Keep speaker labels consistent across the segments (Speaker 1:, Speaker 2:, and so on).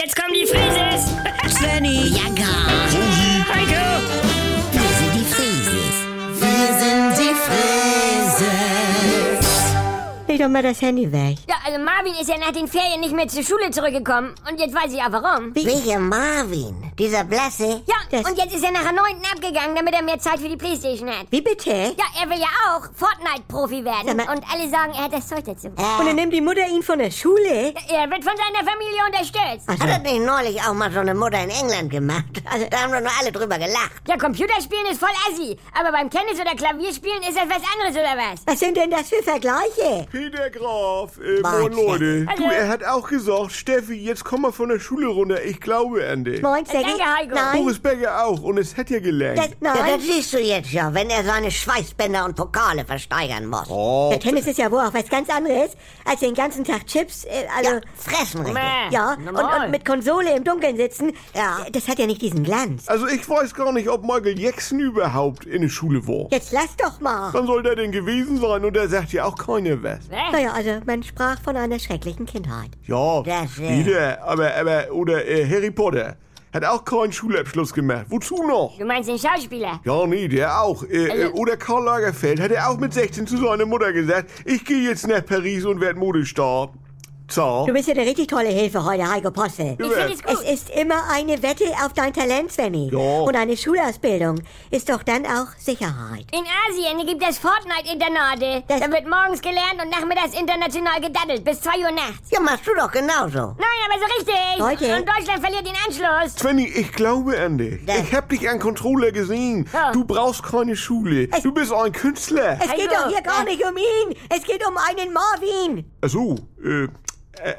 Speaker 1: Jetzt kommen die Frises!
Speaker 2: Svenny,
Speaker 3: Ja, gar.
Speaker 1: Heiko!
Speaker 3: Wir sind die Frieses. Wir sind die Frieses.
Speaker 2: leg doch mal das Handy weg.
Speaker 1: Ja, also Marvin ist ja nach den Ferien nicht mehr zur Schule zurückgekommen. Und jetzt weiß ich auch warum.
Speaker 3: Welcher Marvin? Dieser Blasse?
Speaker 1: Ja,
Speaker 2: Das-
Speaker 1: und jetzt ist er nach der 9. abgegangen, damit er mehr Zeit für die Playstation hat.
Speaker 2: Wie bitte?
Speaker 1: Ja, er will ja auch Fortnite-Profi werden.
Speaker 2: Sag mal-
Speaker 1: Und alle sagen, er hat das Zeug dazu.
Speaker 2: Und dann
Speaker 3: Äh,
Speaker 2: nimmt die Mutter ihn von der Schule?
Speaker 1: Er wird von seiner Familie unterstützt.
Speaker 2: Also,
Speaker 3: hat das nicht neulich auch mal so eine Mutter in England gemacht? Also, da haben doch nur alle drüber gelacht.
Speaker 1: Ja, Computerspielen ist voll assi. Aber beim Tennis- oder Klavierspielen ist das was anderes, oder was?
Speaker 2: was sind denn das für Vergleiche?
Speaker 4: Peter Graf, äh,
Speaker 3: Moin,
Speaker 4: moin Leute.
Speaker 1: Steffi.
Speaker 4: Du, er hat auch gesagt, Steffi, jetzt komm mal von der Schule runter, ich glaube an dich.
Speaker 2: Moin, Steffi.
Speaker 1: Danke, Heiko.
Speaker 2: Nein,
Speaker 4: Boris Becker auch, und es hat ja
Speaker 2: das,
Speaker 4: gelernt.
Speaker 2: nein.
Speaker 3: Ja, das siehst du jetzt ja, wenn er seine Schweißbänder und Pokale versteigern muss.
Speaker 4: Oh,
Speaker 2: der Tennis ist ja wohl auch was ganz anderes, als den ganzen Tag Chips, äh, also...
Speaker 3: Ja, fressen richtig.
Speaker 1: Mäh.
Speaker 2: Ja, und,
Speaker 1: normal.
Speaker 2: und mit Konsole im Dunkeln sitzen,
Speaker 3: Ja.
Speaker 2: das hat ja nicht diesen Glanz.
Speaker 4: also ich weiß gar nicht, ob Michael Jackson überhaupt in der Schule war.
Speaker 2: Jetzt lass doch mal.
Speaker 4: Wann soll der denn gewesen sein? Und da sagt ja auch keiner was.
Speaker 1: Hä?
Speaker 2: Naja, also man sprach von einer schrecklichen Kindheit.
Speaker 4: Ja,
Speaker 3: Das, äh,
Speaker 4: jeder, aber, aber, oder äh, Harry Potter hat auch keinen Schulabschluss gemacht. Wozu noch?
Speaker 1: Du meinst den Schauspieler?
Speaker 4: Ja, nee, der auch. Äh, äh,
Speaker 1: Also-
Speaker 4: oder Karl Lagerfeld hat er auch mit 16 zu seiner Mutter gesagt, ich gehe jetzt nach Paris und werde Modestar. Zar.
Speaker 2: Du bist ja eine richtig tolle Hilfe heute, Heiko Posse.
Speaker 1: Ich finde es
Speaker 2: Es
Speaker 1: gut.
Speaker 2: ist immer eine Wette auf dein Talent, Svenny.
Speaker 4: Ja.
Speaker 2: Und eine Schulausbildung ist doch dann auch Sicherheit.
Speaker 1: In Asien gibt es Fortnite-Internate.
Speaker 2: Das-
Speaker 1: Da wird morgens gelernt und nachmittags international gedaddelt, bis 2 Uhr nachts.
Speaker 3: Ja, machst du doch genauso.
Speaker 1: Nein, aber so richtig.
Speaker 2: Leute.
Speaker 1: Und Deutschland verliert den Anschluss.
Speaker 4: Svenny, ich glaube an dich.
Speaker 3: Ja.
Speaker 4: Ich hab dich an Controller gesehen.
Speaker 1: Ja.
Speaker 4: Du brauchst keine Schule. Du bist ein Künstler.
Speaker 2: Es geht doch hier gar nicht um ihn. Es geht um einen Marvin.
Speaker 4: Ach so, äh, äh,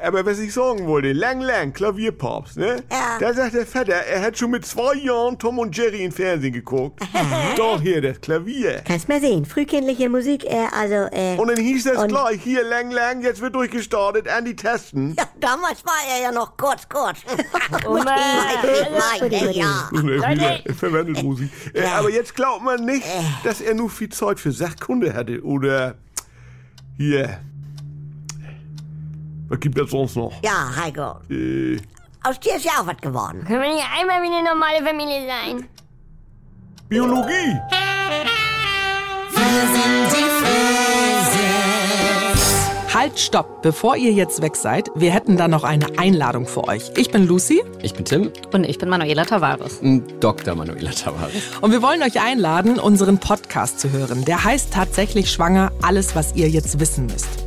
Speaker 4: aber was ich sagen wollte, lang, lang, Klavierpops, ne?
Speaker 3: Ja.
Speaker 4: Da sagt der Vater, er hat schon mit zwei Jahren Tom und Jerry im Fernsehen geguckt. Doch hier, das Klavier.
Speaker 2: Kannst mal sehen. Frühkindliche Musik, äh, also, äh.
Speaker 4: Und dann hieß das
Speaker 2: Und-
Speaker 4: gleich, hier, lang, lang, jetzt wird durchgestartet, an die Tasten.
Speaker 3: Ja, damals war er ja noch kurz, kurz.
Speaker 1: Oh Mann.
Speaker 3: Meine, ja.
Speaker 4: Und er
Speaker 1: Leute.
Speaker 4: wieder Verwendet Rosi. Äh, aber jetzt glaubt man nicht, dass er nur viel Zeit für Sachkunde hatte. Oder hier. Was gibt es sonst noch?
Speaker 3: Ja, Heiko.
Speaker 4: Äh,
Speaker 3: Aus dir ist ja auch was geworden.
Speaker 1: Können wir nicht einmal wie eine normale Familie sein?
Speaker 4: Biologie.
Speaker 5: Halt, stopp! Bevor ihr jetzt weg seid, wir hätten da noch eine Einladung für euch. Ich bin Lucy
Speaker 6: Ich bin Tim,
Speaker 7: Und ich bin Manuela Tavares.
Speaker 6: ein Dr. Manuela Tavares.
Speaker 5: und wir wollen euch einladen, unseren Podcast zu hören. Der heißt tatsächlich Schwanger, alles, was ihr jetzt wissen müsst.